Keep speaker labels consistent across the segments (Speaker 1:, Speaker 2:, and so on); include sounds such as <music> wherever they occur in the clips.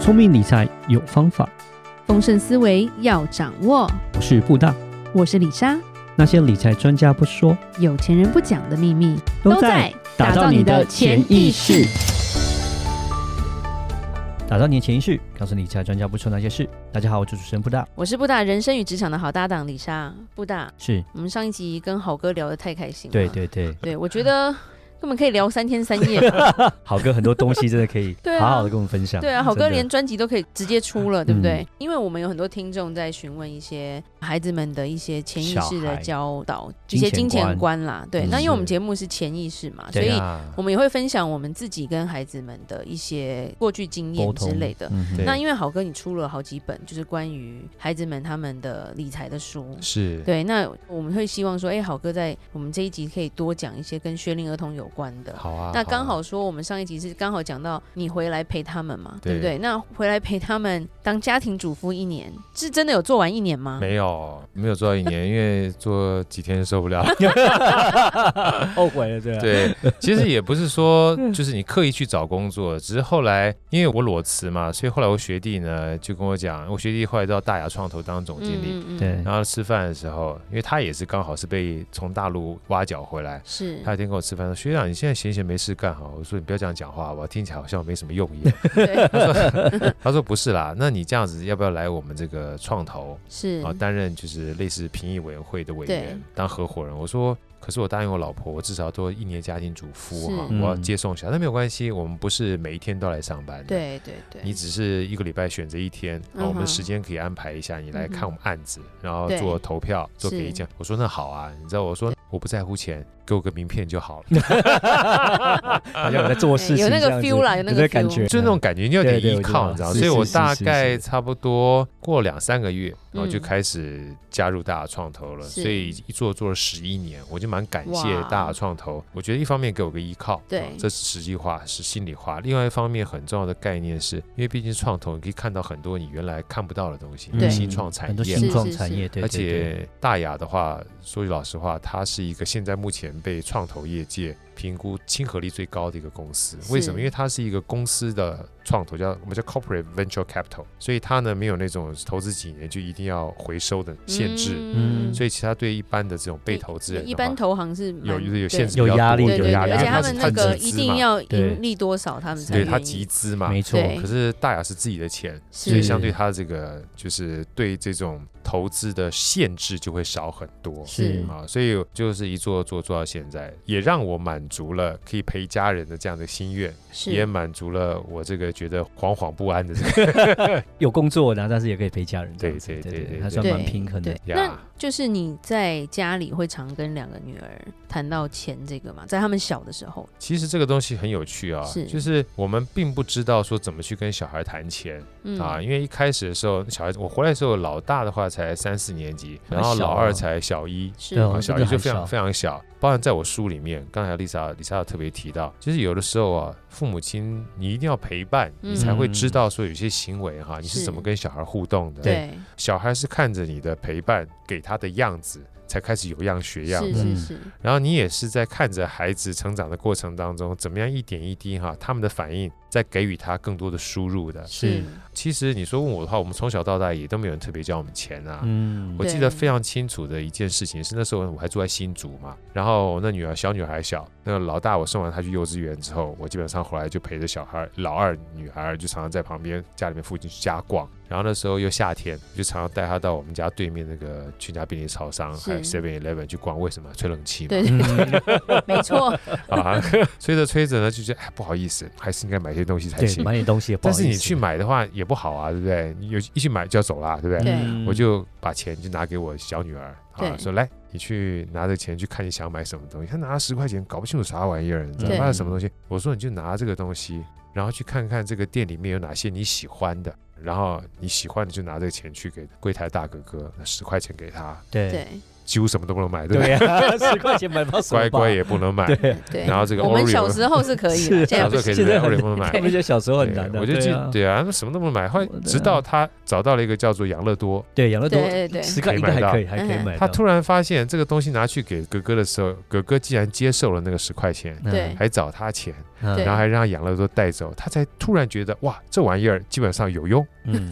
Speaker 1: 聪明理财有方法，
Speaker 2: 丰盛思维要掌握。
Speaker 1: 我是布大。
Speaker 2: 我是李莎，
Speaker 1: 那些理财专家不说，
Speaker 2: 有钱人不讲的秘密
Speaker 1: 打造你的潜意识。，打造你的潜意识，告诉理财专家不说那些事。大家好，我是主持人布大。
Speaker 2: 我是布大人生与职场的好搭档李莎。布大，
Speaker 1: 是，
Speaker 2: 我们上一集跟好哥聊得太开心了，
Speaker 1: 对对对，
Speaker 2: 对，我觉得根本可以聊三天三夜吧。
Speaker 1: <laughs> 好哥很多东西真的可以
Speaker 2: <laughs> 对啊
Speaker 1: 好好的跟我们分享。
Speaker 2: 对啊，好哥
Speaker 1: 真的嗯
Speaker 2: 连专辑都可以直接出了，对不对？因为我们有很多听众在询问一些孩子们的一些潜意识
Speaker 1: 小
Speaker 2: 的
Speaker 1: 孩
Speaker 2: 教导，一
Speaker 1: 金
Speaker 2: 些
Speaker 1: 钱
Speaker 2: 金钱
Speaker 1: 观
Speaker 2: 观啦。对，
Speaker 1: 嗯
Speaker 2: 那因为我们
Speaker 1: 是
Speaker 2: 节目是潜意识嘛，所
Speaker 1: 对
Speaker 2: 以
Speaker 1: 啊
Speaker 2: 我们也会分享我们自己跟孩子们的一些过去经
Speaker 1: 沟
Speaker 2: 验之
Speaker 1: 通
Speaker 2: 类的。
Speaker 3: 嗯哼
Speaker 2: 那
Speaker 1: 对
Speaker 2: 因为好哥你出了好几本，就是关于孩子们他们的理财的书。
Speaker 3: 是，
Speaker 2: 对，那我们会希望说，哎、好哥在我们这一集可以多讲一些跟学龄儿童有关的。
Speaker 3: 好啊。
Speaker 2: 那
Speaker 3: 啊
Speaker 2: 刚好说，我们上一集是刚好讲到你回来陪他们嘛，对
Speaker 3: 对
Speaker 2: 不对？那回来陪他们当家庭主妇一年，是真的有做完一年吗？
Speaker 3: 没有没有做到一年，因为做几天就受
Speaker 2: <laughs>
Speaker 3: 不了。
Speaker 1: <laughs> 后悔了，对啊，
Speaker 3: 对，其实也不是说就是你刻意去找工作，只是后来因为我裸辞嘛，所以后来我学弟呢就跟我讲，我学弟后来到大雅创投当总经理，
Speaker 2: 嗯
Speaker 1: 对
Speaker 3: 然后吃饭的时候，因为他也是刚好是被从大陆挖角回来。
Speaker 2: 是
Speaker 3: 他有一天跟我吃饭说：“学长，你现在闲闲没事干哈？”我说：“你不要这样讲话好不好？听起来好像我没什
Speaker 2: <laughs>
Speaker 3: 么用一样。
Speaker 2: 对
Speaker 3: 他说”他说：“不是啦，那你这样子要不要来我们这个创投？
Speaker 2: 是
Speaker 3: 啊，担任就是类似评议委员会的委员
Speaker 2: 对，
Speaker 3: 当合伙人。我说，可是我答应我老婆，我至少做一年家庭主妇
Speaker 2: 是
Speaker 3: 哈，
Speaker 1: 嗯
Speaker 3: 我要接送小孩。那没有关系，我们不是每一天都来上班的。。
Speaker 2: 对对对，
Speaker 3: 你只是一个礼拜选择一天，然后我
Speaker 2: 嗯哼
Speaker 3: 们时间可以安排一下，你来看我们案子，然后
Speaker 2: 对
Speaker 3: 做投票，做给意见。我说那好啊，你知道我说我不在乎钱，给我个名片就好了，
Speaker 1: <laughs> 好像我在做事情
Speaker 2: 哎有那个
Speaker 1: 这样子
Speaker 2: feel 啦有那个
Speaker 1: 这感
Speaker 2: feel
Speaker 1: 觉，
Speaker 3: 就是那种感觉，你有点
Speaker 1: 对对
Speaker 3: 依
Speaker 1: 我知
Speaker 3: 靠，
Speaker 1: 道
Speaker 3: 你知道吗？
Speaker 1: 是
Speaker 3: 所以我
Speaker 1: 是是
Speaker 3: 大
Speaker 1: 是
Speaker 3: 概
Speaker 1: 是
Speaker 3: 差不多过两三个月，然后就
Speaker 2: 嗯
Speaker 3: 开始加入大创投了，
Speaker 2: 是
Speaker 3: 所以一做做了十一年，我就蛮感谢
Speaker 2: 哇
Speaker 3: 大创投。我觉得一方面给我个依靠，
Speaker 2: 对
Speaker 3: 啊这是实际话，是心里话；另外一方面很重要的概念是，因为毕竟创投，你可以看到很多你原来看不到的东西，
Speaker 2: 对
Speaker 3: 新创产
Speaker 1: 嗯很多
Speaker 3: 业
Speaker 1: 新
Speaker 2: 是
Speaker 3: 嘛。
Speaker 1: 创产业，对，
Speaker 3: 而
Speaker 1: 对对
Speaker 3: 且大雅的话，说句老实话，它是一个现在目前被创投业界评估亲和力最高的一个公司。为什么？
Speaker 2: 是
Speaker 3: 因为它是一个公司的创投，叫我们叫 corporate venture capital，所以它呢没有那种投资几年就一定要回收的限制。
Speaker 1: 嗯
Speaker 3: 所以其他对一般的这种被投资人的话
Speaker 2: 一般投行是
Speaker 3: 有
Speaker 2: 蛮
Speaker 3: 有有
Speaker 2: 对
Speaker 3: 限制
Speaker 1: 有
Speaker 3: 比较多，
Speaker 1: 压力
Speaker 2: 对
Speaker 1: 有
Speaker 2: 对对，
Speaker 1: 压力
Speaker 2: 而且他
Speaker 1: 他
Speaker 2: 们
Speaker 1: 是
Speaker 2: 那
Speaker 1: 他
Speaker 2: 个
Speaker 3: 啊集
Speaker 2: 一
Speaker 3: 资
Speaker 2: 定
Speaker 3: 嘛
Speaker 2: 要
Speaker 1: 对
Speaker 2: 盈利多少，他们才
Speaker 3: 对
Speaker 2: 愿
Speaker 3: 它
Speaker 2: 意
Speaker 3: 集资嘛，哦
Speaker 1: 没错，
Speaker 2: 对
Speaker 3: 可是大雅是自己的钱，
Speaker 2: 是
Speaker 3: 所以相对它这个就是对这种投资的限制就会少很多。
Speaker 1: 是
Speaker 3: 啊，所以就是一做做做到现在，也让我满足了可以陪家人的这样的心愿，也
Speaker 2: 是
Speaker 3: 满足了我这个觉得惶惶不安的这个 <laughs>
Speaker 1: 有工作然后但是也可以陪家人这样子，
Speaker 3: 对对
Speaker 1: 对
Speaker 3: 对对
Speaker 1: 还算
Speaker 2: 对
Speaker 1: 蛮平衡的
Speaker 2: 对。那
Speaker 3: 呀。
Speaker 2: 就是你在家里会常跟两个女儿谈到钱这个嘛，在他们小的时候，
Speaker 3: 其实这个东西很有趣啊，
Speaker 2: 是
Speaker 3: 就是我们并不知道说怎么去跟小孩谈钱、
Speaker 2: 嗯
Speaker 3: 啊，因为一开始的时候，小孩我回来的时候，老大的话才三四年级，
Speaker 1: 还
Speaker 3: 然后
Speaker 1: 小
Speaker 3: 老
Speaker 1: 啊
Speaker 3: 二才小一，
Speaker 2: 是
Speaker 1: 对啊
Speaker 3: 啊，
Speaker 1: 真
Speaker 3: 小
Speaker 1: 的
Speaker 3: 一就
Speaker 1: 很
Speaker 3: 非
Speaker 1: 小
Speaker 3: 常非常小，包含在我书里面，刚才丽莎丽莎有特别提到，就是有的时候啊，父母亲你一定要陪伴，你才会
Speaker 1: 嗯
Speaker 3: 知道说有些行为哈、你是
Speaker 2: 是
Speaker 3: 怎么跟小孩互动的。，
Speaker 2: 对，
Speaker 3: 小孩是看着你的陪伴给他的样子，才开始有样学样。嗯
Speaker 2: 是是是，
Speaker 3: 然后你也是在看着孩子成长的过程当中，怎么样一点一滴哈、他们的反应，在给予他更多的输入的。
Speaker 1: 是
Speaker 3: 其实你说问我的话，我们从小到大也都没有人特别教我们钱啊，
Speaker 1: 嗯
Speaker 3: 我记
Speaker 2: 对
Speaker 3: 得非常清楚的一件事情是，那时候我还住在新竹嘛，然后那女儿小女孩小，那个老大我送完她去幼稚园之后，我基本上回来就陪着小孩，老二女孩就常常在旁边家里面附近去家逛，然后那时候又夏天，就常常带她到我们家对面那个全家便利超商还有
Speaker 2: 是
Speaker 3: Seven Eleven 去逛，为什么吹冷气嘛？
Speaker 2: 对，
Speaker 1: 嗯
Speaker 2: 没错，
Speaker 3: <laughs> 啊， <laughs> 吹着吹着呢就觉得哎不好意思，还是应该买些东西才
Speaker 1: 对，
Speaker 3: 行。
Speaker 1: 买点东西也不好
Speaker 3: 但
Speaker 1: 意思。
Speaker 3: 是你去买的话也不好啊，对不对？你有一去买就要走啦，对不对？
Speaker 2: 对
Speaker 1: 嗯
Speaker 3: 我就把钱就拿给我小女儿啊
Speaker 2: 对，
Speaker 3: 说来，你去拿着钱去看你想买什么东西。她拿了十块钱，搞不清楚啥玩意儿，你知道
Speaker 2: 对
Speaker 3: 吗？买什么
Speaker 1: 嗯
Speaker 3: 东西？我说你就拿这个东西，然后去看看这个店里面有哪些你喜欢的，然后你喜欢的就拿这个钱去给柜台大哥哥，那十块钱给他，
Speaker 1: 对
Speaker 2: 对
Speaker 3: 几乎什么都不能买，对不
Speaker 1: 对
Speaker 3: 对？
Speaker 1: 呀， <laughs> 十块钱买不到手
Speaker 3: 乖
Speaker 1: 吧
Speaker 3: 乖也不能买，
Speaker 1: 对，
Speaker 2: 对。
Speaker 3: 然后这个
Speaker 2: 我们
Speaker 3: Oreo
Speaker 2: 小时候是可以
Speaker 1: 是
Speaker 2: 的，
Speaker 1: 啊
Speaker 2: 现在不
Speaker 3: 小时候可
Speaker 2: 行
Speaker 3: 以
Speaker 1: 现在
Speaker 3: 我
Speaker 1: 很
Speaker 3: 也不能买
Speaker 1: 他们觉得小时候很
Speaker 3: 对
Speaker 1: 难的。
Speaker 3: 我就
Speaker 1: 对
Speaker 3: 记
Speaker 1: 啊
Speaker 3: 对啊，那什么都不能买。后来
Speaker 1: 我的
Speaker 3: 直到他找到了一个叫做养乐多，
Speaker 1: 对养乐多
Speaker 2: 对对对嗯
Speaker 1: 十块应该还可以，还可以买到。
Speaker 3: 他突然发现这个东西拿去给哥哥的时候，哥哥竟然接受了那个十块钱。
Speaker 1: 嗯
Speaker 2: 对
Speaker 3: 还找他钱，
Speaker 1: 嗯
Speaker 2: 对
Speaker 3: 然后还让他养乐多带走，他才突然觉得哇，这玩意儿基本上有用
Speaker 1: 嗯，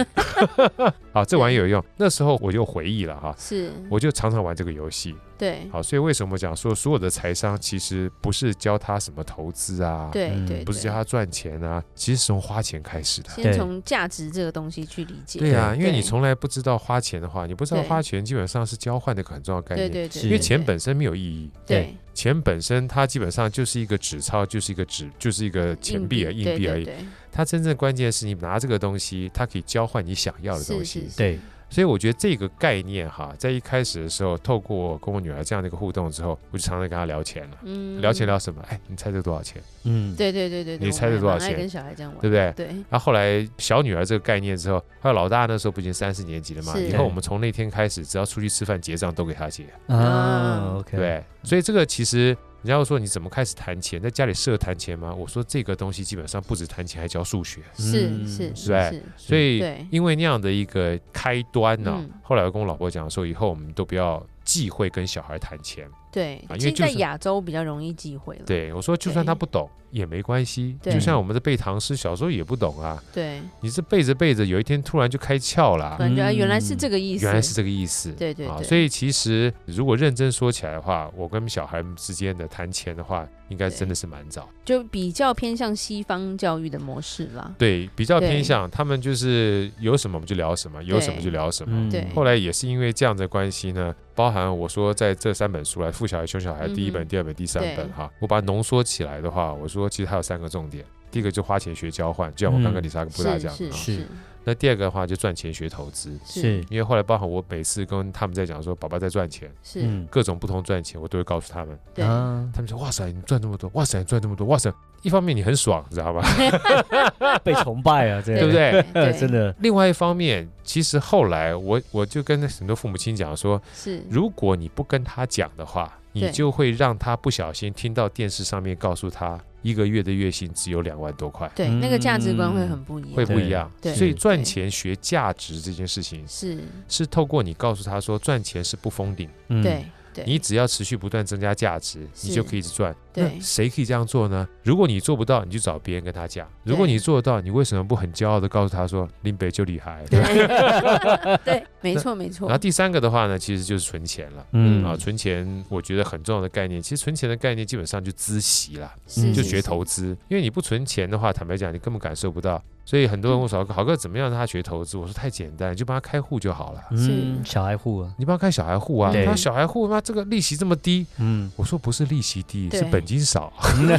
Speaker 3: 啊，这玩意儿有用。那时候我就回忆了哈，
Speaker 2: 是，
Speaker 3: 我就常常玩这个游戏。
Speaker 2: 对
Speaker 3: 好，所以为什么讲说所有的财商其实不是教他什么投资啊，
Speaker 2: 对
Speaker 1: 嗯
Speaker 2: 对，
Speaker 3: 不是
Speaker 2: 对
Speaker 3: 教他赚钱啊，其实是从花钱开始的。
Speaker 1: 对
Speaker 2: 先从价值这个东西去理解。
Speaker 3: 对啊，因为
Speaker 2: 对
Speaker 3: 你从来不知道花钱的话，你不知道
Speaker 2: 对
Speaker 3: 花钱基本上是交换的一个很重要的概
Speaker 2: 对
Speaker 3: 念，
Speaker 2: 对对，
Speaker 1: 因
Speaker 3: 因为
Speaker 1: 是
Speaker 3: 钱本身没有意义。
Speaker 2: 对
Speaker 3: 钱本身它基本上就是一个纸钞，就是一个纸，就是一个钱币而已硬币而已。
Speaker 2: 对
Speaker 3: 它真正关键是你拿这个东西，它可以交换你想要的东西。
Speaker 2: 是是
Speaker 1: 对，
Speaker 3: 所以我觉得这个概念哈，在一开始的时候，透过我跟我女儿这样的一个互动之后，我就常常跟她聊钱了。
Speaker 2: 嗯
Speaker 3: 聊钱聊什么？哎，你猜这多少钱？
Speaker 1: 嗯，
Speaker 2: 对对对对对，我
Speaker 3: 你猜
Speaker 2: 们
Speaker 3: 是
Speaker 2: 还
Speaker 3: 多少
Speaker 2: 蛮爱
Speaker 3: 钱
Speaker 2: 跟小孩这样玩，
Speaker 3: 对不对？
Speaker 2: 对
Speaker 3: 然后后来小女儿这个概念之后，还有老大那时候不已经三四年级了嘛？
Speaker 2: 是
Speaker 3: 以后我们从那天开始，只要出去吃饭结账都给她结，
Speaker 2: 嗯
Speaker 1: 啊，OK，
Speaker 3: 对。所以这个其实人家会说你怎么开始谈钱，在家里适合谈钱吗？我说这个东西基本上不止谈钱，还教数学。
Speaker 2: 是
Speaker 1: 嗯
Speaker 2: 是
Speaker 3: 是吧
Speaker 2: 是，
Speaker 3: 所以
Speaker 2: 对
Speaker 3: 因为那样的一个开端呢、
Speaker 2: 嗯
Speaker 3: 后来我跟我老婆讲说，以后我们都不要忌讳跟小孩谈钱。
Speaker 2: 对
Speaker 3: 啊，因
Speaker 2: 其
Speaker 3: 为
Speaker 2: 实
Speaker 3: 就
Speaker 2: 在
Speaker 3: 是
Speaker 2: 亚洲比较容易忌讳了，
Speaker 3: 对我说，就算他不懂也没关系，
Speaker 2: 对
Speaker 3: 就像我们的背唐诗，小时候也不懂啊，
Speaker 2: 对，
Speaker 3: 你这背着背着，有一天突然就开窍了啊、
Speaker 2: 感觉啊原来
Speaker 1: 嗯
Speaker 2: 是这个意思，
Speaker 3: 原来是这个意思。
Speaker 2: 对对
Speaker 3: 啊，
Speaker 2: 对
Speaker 3: 所以其实如果认真说起来的话，我跟小孩之间的谈钱的话，应该
Speaker 2: 对
Speaker 3: 真的是蛮早。
Speaker 2: 就比较偏向西方教育的模式啦。
Speaker 3: 对，比较
Speaker 2: 对
Speaker 3: 偏向他们就是有什么我们就聊什么，有什么就聊什么。
Speaker 1: 嗯
Speaker 2: 对
Speaker 3: 后来也是因为这样的关系呢，包含我说在这三本书来《富小孩》《穷小孩》
Speaker 2: 嗯哼
Speaker 3: 第一本、第二本、第三本
Speaker 2: 对
Speaker 3: 哈，我把它浓缩起来的话，我说其实它有三个重点。第一个就花钱学交换，就像我刚跟
Speaker 1: 嗯
Speaker 3: 李莎跟布
Speaker 2: 是
Speaker 3: 达讲的
Speaker 2: 是
Speaker 3: 哈。
Speaker 1: 是
Speaker 2: 是
Speaker 3: 那第二个的话就赚钱学投资，
Speaker 1: 是，
Speaker 3: 因为后来包含我每次跟他们在讲说爸爸在赚钱，
Speaker 2: 是，，
Speaker 3: 各种不同赚钱，我都会告诉他们。
Speaker 2: 对，
Speaker 1: 嗯啊，
Speaker 3: 他们说哇塞，你赚那么多，哇塞，你赚那么多，哇塞。一方面你很爽，你知道吧？
Speaker 1: 被崇拜啊，这
Speaker 3: 对
Speaker 1: 样
Speaker 3: 不对？
Speaker 1: 呃 <laughs>
Speaker 2: 对，
Speaker 1: 真的，
Speaker 3: 另外一方面，其实后来我我就跟很多父母亲讲说，
Speaker 2: 是
Speaker 3: 如果你不跟他讲的话，你
Speaker 2: 对
Speaker 3: 就会让他不小心听到电视上面告诉他一个月的月薪只有两万多块，
Speaker 2: 对那个价值观会
Speaker 1: 嗯
Speaker 2: 很不一样，
Speaker 3: 会不一样。
Speaker 2: 对
Speaker 3: 所以
Speaker 1: 对
Speaker 3: 赚
Speaker 2: 对
Speaker 3: 钱学价值这件事情，
Speaker 2: 是，
Speaker 3: 是透过你告诉他说赚钱是不封顶，
Speaker 1: 嗯，
Speaker 2: 对对，
Speaker 3: 你只要持续不断增加价值，你就是可以一直赚。
Speaker 2: 对
Speaker 3: 那谁可以这样做呢？如果你做不到，你就找别人跟他讲；如果
Speaker 2: 对
Speaker 3: 你做得到，你为什么不很骄傲的告诉他说林北就厉害？ <laughs>
Speaker 2: 对对，没错没
Speaker 3: 然后
Speaker 2: 错，
Speaker 3: 第三个的话呢，其实就是存钱了。
Speaker 1: 嗯
Speaker 3: 啊，存钱我觉得很重要的概念。其实存钱的概念基本上就孳息啦，
Speaker 1: 嗯
Speaker 2: 是
Speaker 3: 就是学
Speaker 2: 是
Speaker 3: 投资。因为你不存钱的话，坦白讲，你根本感受不到。所以很多人问我说：“豪哥豪哥怎么样让他学投资？”我说：“太简单，你就帮他开户就好了。
Speaker 1: 嗯，小爱护啊，
Speaker 3: 你帮他开小孩户啊，
Speaker 1: 对
Speaker 3: 他小孩户妈这个利息这么低。”
Speaker 1: 嗯，
Speaker 3: 我说：“不是利息低，是
Speaker 2: 对
Speaker 3: 本金少。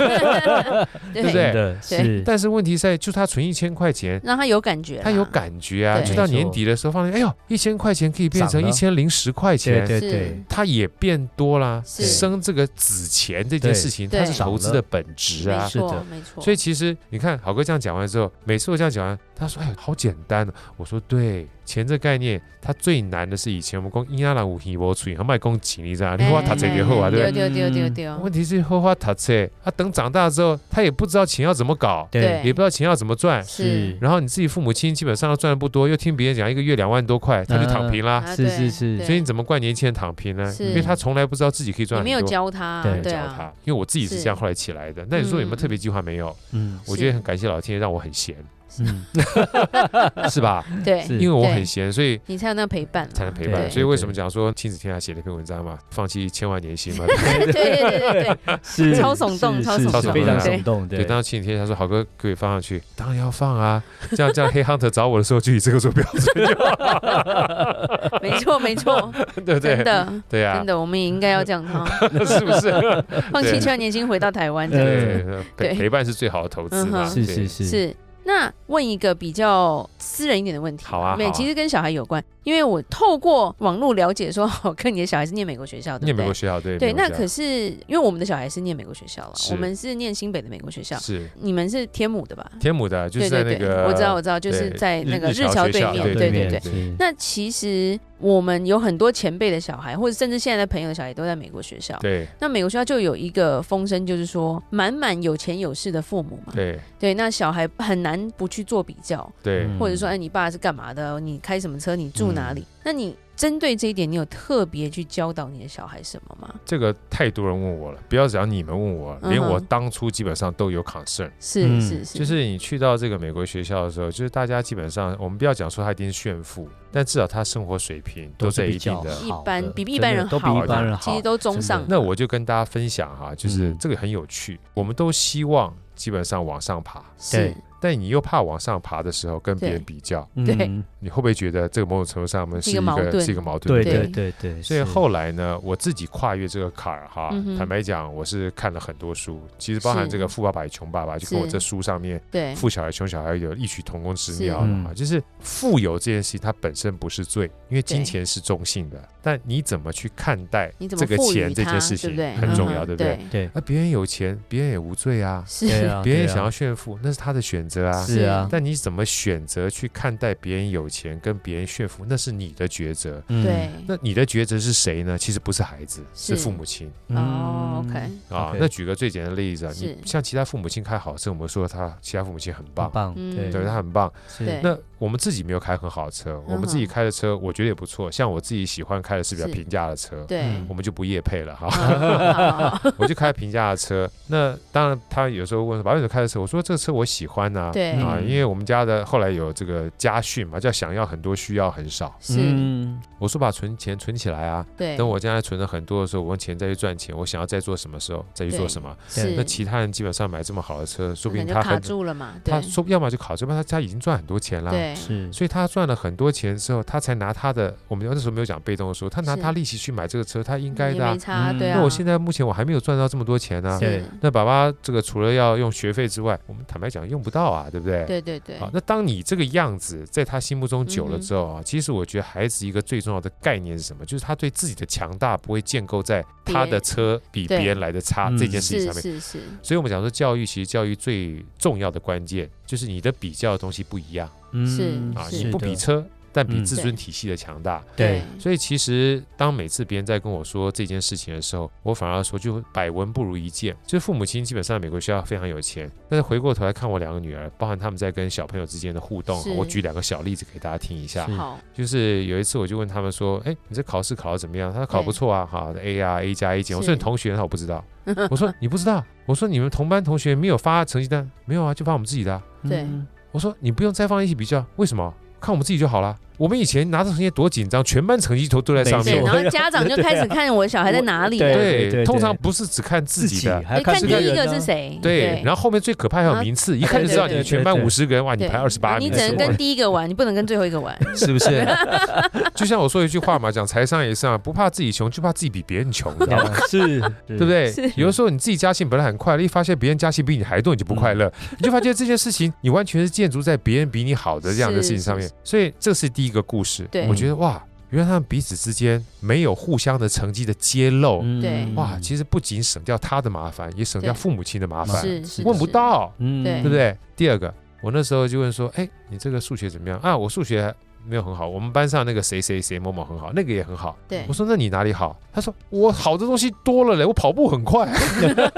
Speaker 2: <laughs> 对
Speaker 3: 不对
Speaker 1: 真的是”，
Speaker 3: <laughs> 但是问题在，就他存一千块钱。
Speaker 2: 让他有感觉啦，
Speaker 3: 他有感觉啊，
Speaker 2: 对
Speaker 3: 就到
Speaker 1: 没错
Speaker 3: 年底的时候，发现，哎呦，一千块钱可以变成
Speaker 1: 涨了
Speaker 3: 一千零十块钱
Speaker 1: 对，对
Speaker 2: 是
Speaker 1: 对，
Speaker 3: 它也变多啦。
Speaker 2: 是
Speaker 3: 生这个子钱这件事情，
Speaker 2: 对
Speaker 3: 它
Speaker 2: 对
Speaker 3: 是投资的本质
Speaker 2: 没
Speaker 3: 啊。
Speaker 1: 是的
Speaker 2: 错没错，
Speaker 3: 所以其实你看，好哥这样讲完之后，每次我这样讲完，他说：“哎呦，好简单、哦。”我说：“对，钱这概念，它最难的是以前我们讲伊拉兰五行我出和卖公几你知道，你花塔册
Speaker 2: 哎
Speaker 3: 就好啊，对不
Speaker 1: 嗯
Speaker 3: 对？
Speaker 2: 对对对对对
Speaker 3: 问题是花花塔册，啊，等长大之后，他也不知道钱要怎么搞，
Speaker 1: 对，
Speaker 3: 也不知道钱要怎么赚。
Speaker 2: 是
Speaker 3: 然后你自己父母亲基本上都赚的不多，又听别人讲一个月两万多块，他就躺平啦。
Speaker 2: 啊
Speaker 1: 是
Speaker 2: 对
Speaker 1: 是是
Speaker 2: 对
Speaker 3: 所以你怎么怪年轻人躺平呢？
Speaker 2: 是
Speaker 3: 因为他从来不知道自己可以赚
Speaker 2: 你没
Speaker 3: 很多。
Speaker 2: 有教他啊，
Speaker 1: 对
Speaker 2: 对
Speaker 3: 教
Speaker 2: 啊，
Speaker 3: 他，因为我自己是
Speaker 2: 是
Speaker 3: 这样后来起来的。那你说有没有
Speaker 2: 嗯
Speaker 3: 特别计划？没有，
Speaker 1: 嗯
Speaker 3: 我觉得很感谢老天爷让我很闲，
Speaker 1: 嗯，
Speaker 2: 嗯
Speaker 3: 是吧？
Speaker 2: 对
Speaker 1: <laughs> 是
Speaker 3: 因为我
Speaker 2: 对
Speaker 3: 很闲，所以
Speaker 2: 你才有那陪伴啦，
Speaker 3: 才能陪
Speaker 1: 对
Speaker 3: 伴。所以为什么
Speaker 1: 对
Speaker 3: 讲说亲子天下写了一篇文章嘛，放弃千万
Speaker 2: <laughs>
Speaker 3: 年薪嘛？
Speaker 2: <laughs> 对对对对
Speaker 3: <laughs>
Speaker 2: 对，
Speaker 1: 是
Speaker 2: 超耸动
Speaker 1: 是
Speaker 2: 超
Speaker 1: 是
Speaker 2: 耸
Speaker 1: 是
Speaker 3: 动
Speaker 1: 非常
Speaker 3: 对
Speaker 1: 耸动，对
Speaker 3: 对，，当时亲子天下说好哥可以放上去，当然要放啊。这样这样，黑 hunter 找我的时候就以这个做标准，
Speaker 2: 没错没错，
Speaker 3: 对
Speaker 2: 真
Speaker 3: 不对？
Speaker 2: 的。
Speaker 3: 对啊
Speaker 2: 真，的，我们也应该要这样
Speaker 3: <laughs>
Speaker 2: 哈，
Speaker 3: 是不是？
Speaker 2: <laughs> 放
Speaker 3: 对
Speaker 2: 弃千万年薪回到台湾这样子。
Speaker 3: 对
Speaker 1: 嗯，
Speaker 3: 陪
Speaker 2: 对
Speaker 3: 陪伴是最好的投资嘛。
Speaker 2: 嗯哼
Speaker 1: 是
Speaker 3: 对
Speaker 1: 是是，
Speaker 2: 是。那问一个比较私人一点的问题，
Speaker 3: 好啊
Speaker 2: 没有，
Speaker 3: 好啊
Speaker 2: 其实跟小孩有关，因为我透过网络了解说，好看你的小孩是念美国学校，对
Speaker 3: 念
Speaker 2: 不
Speaker 3: 美
Speaker 2: 对
Speaker 3: 国？学校对
Speaker 2: 对，
Speaker 3: 美国
Speaker 2: 那
Speaker 3: 学校
Speaker 2: 可是因为我们的小孩是念美国学校了，
Speaker 3: 啊是
Speaker 2: 我们是念新北的美国学校，啊
Speaker 3: 是
Speaker 2: 你们是天母的吧？
Speaker 3: 天母的，就是
Speaker 2: 对
Speaker 3: 在
Speaker 2: 对
Speaker 3: 那
Speaker 2: 对，
Speaker 3: 个
Speaker 2: 我知道，我知道，就是
Speaker 3: 对
Speaker 2: 在那个
Speaker 3: 日侨
Speaker 2: 侨
Speaker 3: 学
Speaker 2: 对
Speaker 3: 校
Speaker 2: 面，
Speaker 3: 对
Speaker 2: 对
Speaker 3: 对
Speaker 2: 对
Speaker 1: 面
Speaker 2: 对。
Speaker 1: 是
Speaker 2: 那其实我们有很多前辈的小孩，或者甚至现在的朋友的小孩，都在美国学校。
Speaker 3: 对
Speaker 2: 那美国学校就有一个风声，就是说满满有钱有势的父母嘛，
Speaker 3: 对
Speaker 2: 对，那小孩很难不去做比较，
Speaker 3: 对
Speaker 1: 嗯
Speaker 3: 嗯
Speaker 2: 或者说，哎，你爸是干嘛的？你开什么车？你住哪里？那你针对这一点，你有特别去教导你的小孩什么吗？
Speaker 3: 这个太多人问我了，不要只要你们问我，连
Speaker 2: 嗯哼
Speaker 3: 我当初基本上都有 concern。
Speaker 2: 是、
Speaker 1: 嗯
Speaker 2: 是是，
Speaker 3: 就是你去到这个美国学校的时候，就是大家基本上，我们不要讲说他一定是炫富，但至少他生活水平都在一定
Speaker 1: 都是
Speaker 3: 的
Speaker 1: 比较。
Speaker 2: 一
Speaker 1: 好
Speaker 2: 般
Speaker 1: 的
Speaker 2: 比
Speaker 1: 真
Speaker 2: 一般
Speaker 1: 的
Speaker 2: 人
Speaker 1: 都比
Speaker 2: 好
Speaker 1: 一
Speaker 2: 啦
Speaker 1: 般人
Speaker 2: 其
Speaker 1: 好
Speaker 2: 实都中
Speaker 1: 真的
Speaker 2: 上。
Speaker 3: 那我就跟大家分享哈、就是
Speaker 1: 嗯
Speaker 3: 这个很有趣，我们都希望基本上往上爬，
Speaker 2: 是
Speaker 1: 对
Speaker 3: 但你又怕往上爬的时候跟别人
Speaker 2: 对
Speaker 3: 比较，
Speaker 2: 对
Speaker 1: 嗯
Speaker 3: 你会不会觉得这个某种程度上我们
Speaker 2: 是
Speaker 3: 是
Speaker 2: 一
Speaker 3: 一
Speaker 2: 个矛
Speaker 3: 个
Speaker 2: 盾
Speaker 3: 是一个矛盾
Speaker 1: 对
Speaker 3: 点？
Speaker 1: 对对对，
Speaker 3: 所以
Speaker 1: 是
Speaker 3: 后来呢，我自己跨越这个坎儿哈
Speaker 2: 嗯哼，
Speaker 3: 坦白讲，我是看了很多书，其实包含
Speaker 2: 是
Speaker 3: 这个《富爸爸与穷爸爸》，就跟我这书上面
Speaker 2: 对
Speaker 3: 富小孩、穷小孩有异曲同工之妙
Speaker 1: 是
Speaker 3: 的
Speaker 1: 嗯
Speaker 3: 哈，就是富有这件事情它本身不是罪，因为金
Speaker 2: 对
Speaker 3: 钱是中性的，但你怎么去看待
Speaker 2: 你怎么
Speaker 3: 这个
Speaker 2: 赋予
Speaker 3: 钱这
Speaker 2: 它
Speaker 3: 件事
Speaker 2: 对
Speaker 3: 情
Speaker 2: 不对
Speaker 3: 很重
Speaker 2: 嗯
Speaker 3: 要，对
Speaker 2: 哼
Speaker 3: 不对？
Speaker 2: 对？
Speaker 1: 对
Speaker 3: 啊，别人有钱，别人也无罪啊，
Speaker 2: 是
Speaker 1: 对啊，
Speaker 3: 别人
Speaker 1: 对
Speaker 3: 也
Speaker 1: 啊
Speaker 3: 想要炫富，那是他的选择啊。
Speaker 1: 是啊，
Speaker 3: 但你怎么选择去看待别人有钱跟别人炫富，那是你的抉择。
Speaker 1: 嗯
Speaker 2: 对，
Speaker 3: 那你的抉择是谁呢？其实不是孩子，
Speaker 2: 是
Speaker 3: 是父母亲
Speaker 2: 哦，OK，
Speaker 3: 啊
Speaker 1: OK。
Speaker 3: 那举个最简单的例子啊，你
Speaker 2: 是
Speaker 3: 像其他父母亲开好车，我们说他其他父母亲很棒
Speaker 1: 很，棒，
Speaker 2: 嗯
Speaker 1: 对
Speaker 3: 对他很棒。
Speaker 1: 是
Speaker 2: 对嗯
Speaker 3: 那我们自己没有开很好的车，我们自己开的车我觉得也不错，像我自己喜欢开的是比较
Speaker 2: 是
Speaker 3: 平价的车。
Speaker 2: 对
Speaker 1: 嗯
Speaker 3: 我们就不业配了哈，
Speaker 2: 啊
Speaker 3: <laughs> 我就开平价的车。那当然，他有时候问说：“爸爸，你怎么开的车？”我说：“这个车我喜欢呐、啊。”
Speaker 2: 对
Speaker 1: 嗯
Speaker 3: 因为我们家的后来有这个家训嘛，叫想要很多，需要很少。
Speaker 2: <laughs> 是，
Speaker 1: 嗯
Speaker 3: 我说：“把存钱存起来啊。”
Speaker 2: 对，
Speaker 3: 等我将来存了很多的时候，我用钱再去赚钱，我想要再做什么时候再去做
Speaker 2: 对
Speaker 3: 什么。
Speaker 2: 是
Speaker 3: 那其他人基本上买这么好的车，说不
Speaker 2: 可能
Speaker 3: 定
Speaker 2: 就
Speaker 3: 他
Speaker 2: 卡
Speaker 3: 很
Speaker 2: 住了嘛，对
Speaker 3: 他说要么就考，要么他他已经赚很多钱啦。
Speaker 2: 对
Speaker 1: 是
Speaker 3: 所以他赚了很多钱之后，他才拿他的，我们那时候没有讲被动的时候，他拿
Speaker 2: 是
Speaker 3: 他利息去买这个车，他应该
Speaker 2: 也
Speaker 3: 的啊、
Speaker 2: 没差，
Speaker 1: 嗯
Speaker 2: 对啊。
Speaker 3: 那我现在目前我还没有赚到这么多钱呢、
Speaker 1: 是
Speaker 3: 那爸爸这个除了要用学费之外，我们坦白讲用不到啊，对不对？
Speaker 2: 对对对嗯
Speaker 3: 好，那当你这个样子在他心目中久了之后啊，其实我觉得孩子一个最重要的概念是什么？就是他对自己的强大不会建构在他的车比
Speaker 2: 对
Speaker 3: 别人来的差
Speaker 1: 嗯
Speaker 3: 这件事情
Speaker 2: 是
Speaker 3: 上面。
Speaker 2: 是是，
Speaker 3: 所以我们讲说教育，其实教育最重要的关键就是你的比较的东西不一样
Speaker 1: 嗯
Speaker 3: 啊，
Speaker 2: 是
Speaker 3: 你不
Speaker 1: 的
Speaker 3: 比车，但比
Speaker 1: 嗯
Speaker 3: 自尊体系的强大。
Speaker 1: 对
Speaker 3: 所以其实当每次别人在跟我说这件事情的时候，我反而说就百闻不如一见。就是父母亲基本上美国学校非常有钱，但是回过头来看我两个女儿，包含他们在跟小朋友之间的互动
Speaker 2: 是，
Speaker 3: 我举两个小例子给大家听一下
Speaker 1: 是。
Speaker 2: 好，
Speaker 3: 就是有一次我就问他们说，哎，你这考试考得怎么样？他说考不错啊，哈 A 啊 A 加 A 减。我
Speaker 2: 是
Speaker 3: 说你同学，他说我不知道。我说你不知道？我说你们同班同学没有发成绩单？没有啊，就发我们自己的啊、
Speaker 2: 对
Speaker 1: 嗯
Speaker 3: 我说你不用再放一起比较，为什么？看我们自己就好了。我们以前拿着成绩多紧张，全班成绩都都在上
Speaker 1: 没
Speaker 2: 对，
Speaker 3: 面
Speaker 1: 错。
Speaker 2: 然后家长就开始看我小孩在哪里了，
Speaker 1: 啊对对对
Speaker 3: 通常不是只看自己的。
Speaker 1: 还要
Speaker 2: 看
Speaker 1: 看
Speaker 2: 第
Speaker 1: 这
Speaker 2: 一
Speaker 1: 人
Speaker 2: 个
Speaker 1: 啊
Speaker 2: 是谁，
Speaker 3: 对，然后后面最可怕还有名次，一看就知道
Speaker 2: 对对
Speaker 3: 你全班
Speaker 1: 对对
Speaker 3: 五十个人，哇，你
Speaker 2: 对
Speaker 3: 排二十八
Speaker 2: 你
Speaker 3: 名，
Speaker 2: 只能跟第一个玩，你不能跟最后一个玩，
Speaker 3: 是不是？就像我说一句话嘛，讲财上也上，不怕自己穷，就怕自己比别人穷，你知道吗？
Speaker 1: 啊是，对
Speaker 3: 对不？对
Speaker 2: 是？
Speaker 3: 有的时候你自己家境本来很快乐，一发现别人家境比你还多，你就不快乐，你就发现这件事情你完全是建筑在别人比你好的这样的事情上面
Speaker 2: 是。
Speaker 3: 所以这是第一个故事
Speaker 2: 对，
Speaker 3: 我觉得哇，原来他们彼此之间没有互相的成绩的揭露，
Speaker 1: 嗯
Speaker 2: 对
Speaker 3: 哇，其实不仅省掉他的麻烦，也省掉
Speaker 2: 对
Speaker 3: 父母亲的麻烦，
Speaker 2: 是是
Speaker 3: 问不，到，
Speaker 1: 嗯
Speaker 2: 对
Speaker 3: 对不对？第二个，我那时候就问说，哎，你这个数学怎么样啊？我数学。没有很好，我们班上那个谁谁谁某某很好，那个也很好。
Speaker 2: 是对
Speaker 3: 我，说那你哪里好？他说我好的东西多了嘞，我跑步很快，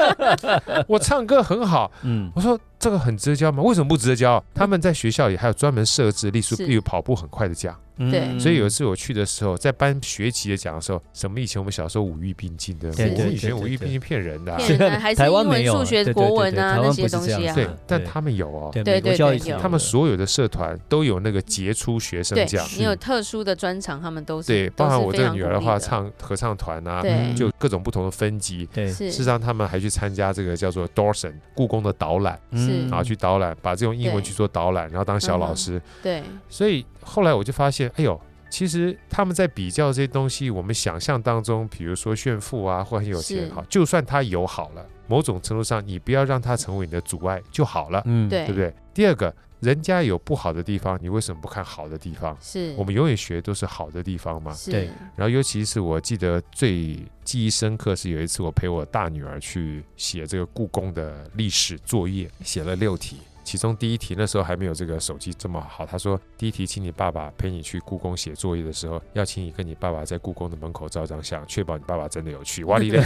Speaker 3: <laughs> 我唱歌很好。
Speaker 1: 嗯
Speaker 3: 我说这个很值得教吗？为什么不值得教？他们在学校里还有专门设置，例如
Speaker 2: 是
Speaker 3: 例如跑步很快的奖。
Speaker 1: 嗯
Speaker 2: 对
Speaker 3: 所以有一次我去的时候，在颁学籍的奖的时候，什么以前我们小时候五育并进的，
Speaker 1: 对
Speaker 3: 我
Speaker 2: 对
Speaker 3: 们以前
Speaker 1: 对
Speaker 3: 五育并进骗人的啊、
Speaker 2: 骗人啊还是
Speaker 1: 台湾
Speaker 2: 英文
Speaker 1: 没有
Speaker 2: 数学
Speaker 1: 对对
Speaker 2: 国
Speaker 1: 对
Speaker 2: 文
Speaker 1: 对
Speaker 2: 啊
Speaker 1: 台湾
Speaker 2: 那
Speaker 1: 不
Speaker 2: 些
Speaker 1: 是
Speaker 2: 东
Speaker 1: 这样
Speaker 2: 西啊
Speaker 1: 子
Speaker 3: 对
Speaker 1: 的，
Speaker 3: 但他们有哦，
Speaker 1: 对
Speaker 2: 对
Speaker 1: 美国
Speaker 2: 对
Speaker 1: 教育
Speaker 2: 对
Speaker 1: 体
Speaker 2: 有
Speaker 1: 系
Speaker 3: 他们所有的社团都有那个杰出学生
Speaker 2: 对
Speaker 3: 奖。
Speaker 2: 你有特殊的专长，他们都是
Speaker 3: 对，包含我这
Speaker 2: 这
Speaker 3: 个女儿的话，唱合唱团啊，
Speaker 2: 对
Speaker 3: 就各种不同的分级，
Speaker 1: 对
Speaker 2: 是
Speaker 3: 事实上，他们还去参加这个叫做 Dawson 故宫的导览，
Speaker 2: 是
Speaker 3: 然后去导览，把这种英文
Speaker 2: 对
Speaker 3: 去做导览，然后当小老
Speaker 2: 嗯
Speaker 3: 师。
Speaker 2: 对
Speaker 3: 所以后来我就发现，哎呦，其实他们在比较这些东西，我们想象当中，比如说炫富啊，或很有钱
Speaker 2: 是
Speaker 3: 好，就算他有好了，某种程度上，你不要让他成为你的阻碍就好了，
Speaker 1: 嗯
Speaker 2: 对
Speaker 3: 对不对？第二个，人家有不好的地方，你为什么不看好的地方？
Speaker 2: 是
Speaker 3: 我们永远学都是好的地方嘛。
Speaker 2: 是
Speaker 1: 对
Speaker 3: 然后尤其是我记得最记忆深刻是有一次我陪我大女儿去写这个故宫的历史作业，写了六题。其中第一题那时候还没有这个手机这么好，他说第一题请你爸爸陪你去故宫写作业的时候，要请你跟你爸爸在故宫的门口照张相，确保你爸爸真的有去。哇哩嘞！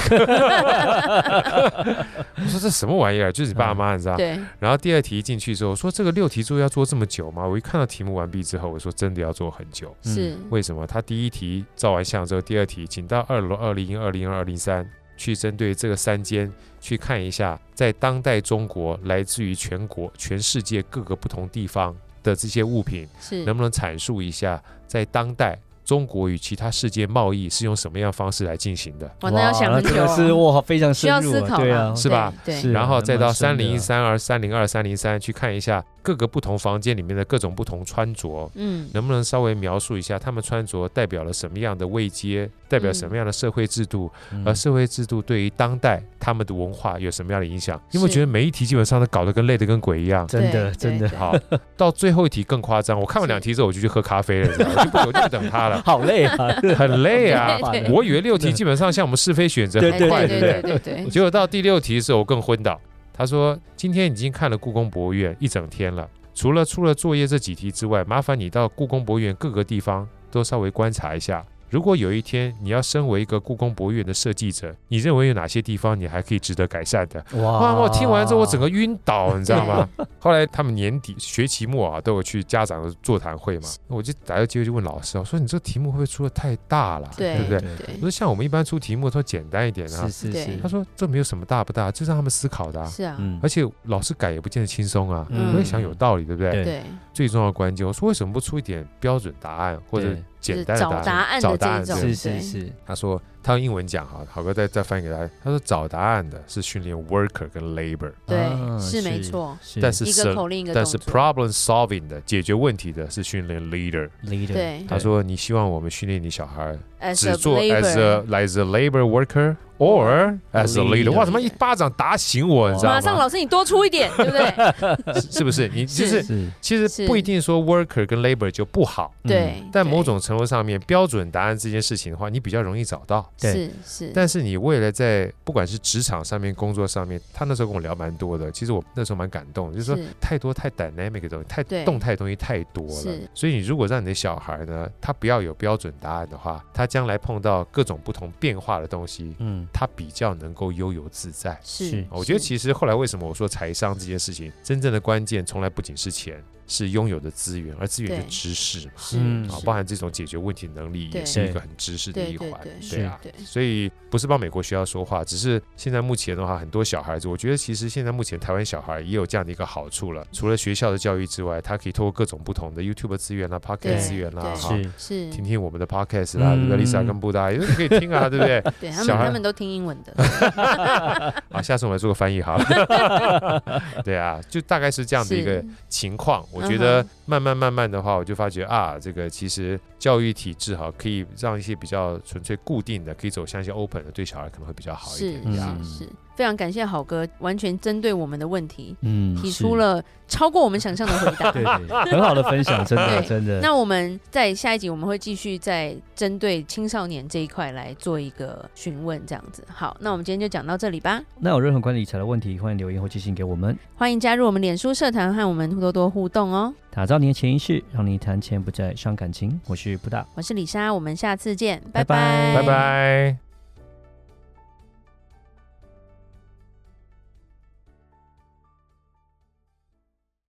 Speaker 3: 我说这什么玩意儿？就是你爸妈，你知道？
Speaker 2: 对，
Speaker 3: 然后第二题进去之后，说这个六题作业要做这么久吗？我一看到题目完毕之后，我说真的要做很久。
Speaker 1: 嗯
Speaker 2: 是
Speaker 3: 为什么？他第一题照完相之后，第二题请到二楼二零二零二零三去针对这个三间去看一下，在当代中国来自于全国、全世界各个不同地方的这些物品，
Speaker 2: 是，
Speaker 3: 能不能阐述一下在当代中国与其他世界贸易是用什么样方式来进行的？
Speaker 2: 哇，那要想
Speaker 1: 哇
Speaker 2: 很
Speaker 1: 那真
Speaker 2: 久
Speaker 1: 的是
Speaker 2: 哦，
Speaker 1: 哇，非常
Speaker 2: 需
Speaker 1: 深
Speaker 2: 要
Speaker 1: 入
Speaker 2: 思
Speaker 1: 啊
Speaker 2: 考
Speaker 1: 对
Speaker 2: 嘛
Speaker 1: 啊，
Speaker 3: 是吧
Speaker 2: 对，
Speaker 1: 是
Speaker 2: 对
Speaker 3: 然后再到
Speaker 1: 蛮深
Speaker 3: 三
Speaker 1: 的
Speaker 3: 零一三二、三零二、三零三去看一下各个不同房间里面的各种不同穿着，
Speaker 2: 嗯，
Speaker 3: 能不能稍微描述一下他们穿着代表了什么样的位阶，代表什么样的社会制度，
Speaker 1: 嗯
Speaker 3: 而社会制度对于当代他们的文化有什么样的影响？因为
Speaker 2: 是
Speaker 3: 觉得每一题基本上都搞得跟累得跟鬼一
Speaker 2: <laughs>
Speaker 3: 样。
Speaker 1: 真的
Speaker 2: 对
Speaker 1: 真的
Speaker 2: 对
Speaker 3: 好，到最后一题更夸张，我看完
Speaker 2: 是
Speaker 3: 两题之后我就去喝咖啡了，你知道
Speaker 2: <laughs>
Speaker 3: 吗我就不我就不等他了，
Speaker 1: 好累啊，
Speaker 3: 很累啊
Speaker 2: 对。 <laughs> 对
Speaker 3: 我以为六题基本上像我们是非选择
Speaker 1: 对
Speaker 2: 哎
Speaker 3: 很
Speaker 2: 对
Speaker 3: 快，
Speaker 2: 对
Speaker 3: 对
Speaker 2: 对
Speaker 3: 不对
Speaker 2: 对？对对，
Speaker 3: 结果到第六题的时候，我更昏倒。他说：“今天已经看了故宫博物院一整天了，除了出了作业这几题之外，麻烦你到故宫博物院各个地方都稍微观察一下。如果有一天你要身为一个故宫博物院的设计者，你认为有哪些地方你还可以值得改善的？”
Speaker 1: 啊
Speaker 3: 哇！我听完之后，我整个晕倒，你知道吗？后来他们年底学期末啊，都有去家长的座谈会嘛，我就打个机会就问老师啊，我说你这个题目会不会出的太大了？
Speaker 2: 对
Speaker 3: 对不对？
Speaker 1: 对
Speaker 2: 对
Speaker 3: 我说像我们一般出题目都简单一点啊
Speaker 1: 是，是
Speaker 2: 对
Speaker 1: 是
Speaker 3: 他，说这没有什么大不大，就让他们思考的、啊。
Speaker 2: 是啊，
Speaker 1: 嗯
Speaker 3: 而且老师改也不见得轻松啊，
Speaker 2: 嗯
Speaker 3: 我也想有道理，对不对？
Speaker 1: 对
Speaker 2: 对，
Speaker 3: 最重要的关键，我说为什么不出一点标准答案或者
Speaker 1: 对
Speaker 3: 简单的
Speaker 2: 就是找答案的
Speaker 3: 找答案
Speaker 2: 这种
Speaker 3: 对
Speaker 1: 是是
Speaker 2: 对
Speaker 1: 是，
Speaker 3: 他说他用英文讲哈，好哥再再翻译给大家。他说找答案的是训练 worker 跟 labor，
Speaker 2: 对
Speaker 1: 啊
Speaker 2: 是没错，
Speaker 1: 是
Speaker 3: 但是
Speaker 2: 一
Speaker 3: 是
Speaker 2: 个口令一个动
Speaker 3: 但是
Speaker 2: 作，
Speaker 3: problem solving 的解决问题的是训练 leader。
Speaker 1: leader，
Speaker 2: 对
Speaker 3: 他说你希望我们训练你小孩
Speaker 2: as
Speaker 3: 只
Speaker 2: a
Speaker 3: 做 as a
Speaker 2: labor
Speaker 3: as a labor worker or as a leader。
Speaker 1: Leader
Speaker 3: 哇，怎么一巴掌打醒我，你知道吗？嗯
Speaker 2: 马上老师你多出一
Speaker 3: <laughs>
Speaker 2: 点，对不对？
Speaker 3: 是是不是？你就是是
Speaker 1: 是
Speaker 3: 其实
Speaker 2: 是
Speaker 3: 不一定说 worker 跟 labor 就不好，
Speaker 2: 对，
Speaker 3: 但
Speaker 2: 对
Speaker 3: 某种程度上面标准答案这件事情的话，你比较容易找到。
Speaker 1: 对
Speaker 2: 是是，
Speaker 3: 但是你未来在不管是职场上面、工作上面，他那时候跟我聊蛮多的，其实我那时候蛮感动的，就是说
Speaker 2: 是
Speaker 3: 太多太 dynamic 的东西，太
Speaker 2: 对
Speaker 3: 动态的东西太多了
Speaker 2: 是。
Speaker 3: 所以你如果让你的小孩呢，他不要有标准答案的话，他将来碰到各种不同变化的东西，
Speaker 1: 嗯
Speaker 3: 他比较能够悠游自在。
Speaker 2: 是
Speaker 1: 是，
Speaker 3: 我觉得
Speaker 2: 是
Speaker 3: 其实后来为什么我说财商这件事情，真正的关键从来不仅是钱，是拥有的资源，而资源就
Speaker 2: 对
Speaker 3: 知识嘛，
Speaker 2: 是
Speaker 1: 嗯
Speaker 3: 啊，
Speaker 2: 是
Speaker 3: 包含这种解决问题能力也
Speaker 2: 对
Speaker 3: 是一个很知识的
Speaker 2: 对
Speaker 3: 一
Speaker 2: 对
Speaker 3: 环，
Speaker 2: 对
Speaker 1: 是
Speaker 3: 啊。
Speaker 2: 对
Speaker 3: 所以不是帮美国学校说话，只是现在目前的话，很多小孩子，我觉得其实现在目前台湾小孩也有这样的一个好处了。除了学校的教育之外，他可以透过各种不同的 YouTube 资源啦、Podcast
Speaker 2: 对
Speaker 3: 资源啦，啊
Speaker 2: 对
Speaker 3: 哈，
Speaker 1: 是
Speaker 2: 是，
Speaker 3: 听听我们的 Podcast 啦，对不对
Speaker 1: 嗯
Speaker 3: ？Lisa 跟布达也是可以听啊，对不对？
Speaker 2: 对他们
Speaker 3: 小孩
Speaker 2: 他们都听英
Speaker 3: <laughs>
Speaker 2: 文的，
Speaker 3: 啊，下次我们来做个翻译好了。
Speaker 2: <laughs>
Speaker 3: 对啊，就大概是这样的一个
Speaker 2: 是
Speaker 3: 情况。我觉
Speaker 2: 嗯
Speaker 3: 得
Speaker 2: 哼
Speaker 3: 慢慢慢慢的话，我就发觉啊，这个其实教育体制哈，可以让一些比较纯粹固定的，可以走向一些 open 的，对小孩可能会比较好一
Speaker 2: 是
Speaker 3: 点。
Speaker 1: 嗯
Speaker 2: 是
Speaker 3: 呀
Speaker 2: 是，非常感谢好哥，完全针对我们的问题
Speaker 1: 嗯
Speaker 2: 提
Speaker 1: 是
Speaker 2: 出了超过我们想象的回
Speaker 3: <laughs>
Speaker 2: 答。
Speaker 1: 对对，很好的分享，真的
Speaker 2: 对
Speaker 1: 真的。
Speaker 2: 那我们在下一集，我们会继续再针对青少年这一块来做一个询问，这样子。好，那我们今天就讲到这里吧。
Speaker 1: 那有任何关于理财的问题，欢迎留言或寄信给我们。
Speaker 2: 欢迎加入我们脸书社团，和我们多多互动哦。
Speaker 1: 打造你的潜意识，让你谈钱不再伤感情。我是布大。
Speaker 2: 我是李莎，我们下次见，
Speaker 1: 拜拜
Speaker 3: 拜拜。